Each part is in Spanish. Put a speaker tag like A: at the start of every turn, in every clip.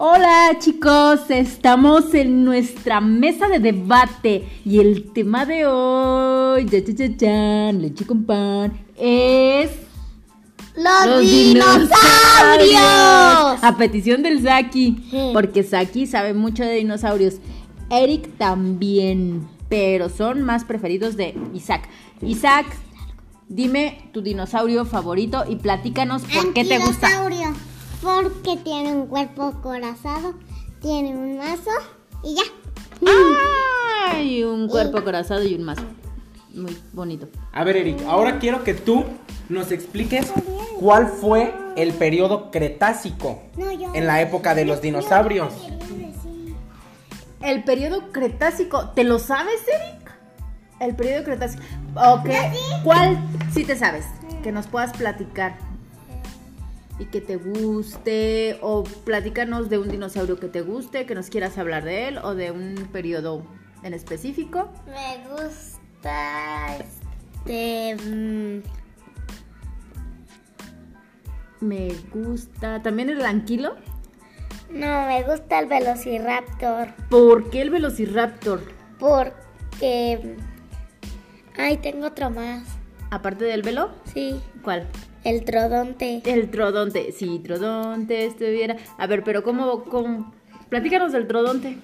A: Hola chicos, estamos en nuestra mesa de debate y el tema de hoy, ya, ya, ya, ya, leche con pan, es
B: ¡Los, dinosaurios!
A: A petición del Saki,
B: Sí.
A: porque Saki sabe mucho de dinosaurios. Eric también, pero son más preferidos de Isaac. Isaac, dime tu dinosaurio favorito y platícanos por qué te gusta.
B: Anquilosaurio, Porque tiene un cuerpo acorazado, tiene un mazo y ya.
A: Ay, un cuerpo corazado y un mazo. Muy bonito.
C: A ver, Eric, ahora quiero que tú nos expliques cuál fue el periodo cretácico
B: No, yo-
C: en la época de los dinosaurios.
A: El periodo cretácico, ¿te lo sabes, Eric? El periodo cretácico. Ok. ¿Cuál sí te sabes? Que nos puedas platicar. Y que te guste. O platícanos de un dinosaurio que te guste, que nos quieras hablar de él. O de un periodo en específico.
B: Me gusta este.
A: Me gusta. También el anquilo.
B: No, me gusta el velociraptor.
A: ¿Por qué el velociraptor?
B: Porque. mm, Ay, tengo otro más.
A: Aparte del velo,
B: Sí,
A: ¿cuál?
B: el trodonte.
A: El trodonte, si trodonte estuviera. A ver, pero ¿cómo, cómo? Platícanos del trodonte.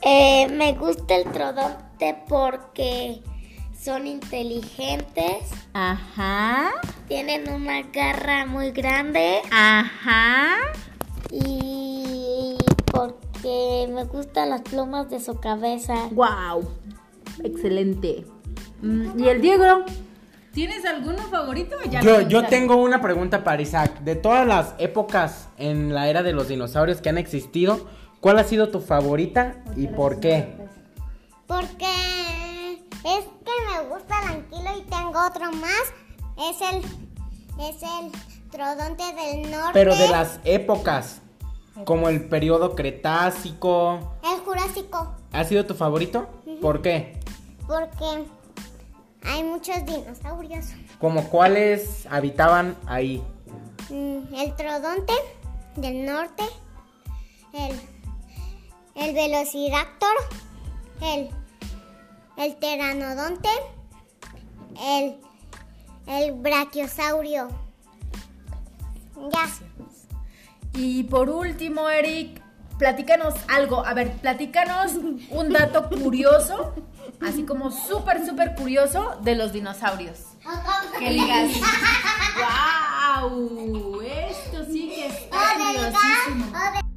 B: Eh, me gusta el trodonte porque son inteligentes,
A: Ajá,
B: tienen una garra muy grande
A: ajá.
B: y porque me gustan las plumas de su cabeza.
A: Wow, excelente. Mm, ¿Y el Diego? ¿Tienes alguno favorito? Ya
C: Yo,
A: lo
C: yo
A: pensaste.
C: tengo una pregunta para Isaac. De todas las épocas en la era de los dinosaurios que han existido, ¿cuál ha sido tu favorita y por qué?
B: Porque es que me gusta el anquilo y tengo otro más. Es el, es el trodonte del norte.
C: Pero de las épocas, como el periodo cretácico,
B: El jurásico.
C: ¿ha sido tu favorito? ¿Por qué?
B: Porque hay muchos dinosaurios.
C: Como cuáles habitaban ahí.
B: Mm, El trodonte del norte, el, el velociraptor, el, el pteranodonte, el, el brachiosaurio. Ya.
A: Y por último, Eric, platícanos algo. A ver, platícanos un dato curioso, así como súper, súper curioso de los dinosaurios. Que digas, wow, esto sí que está
B: O de lugar,
A: curiosísimo.
B: o de-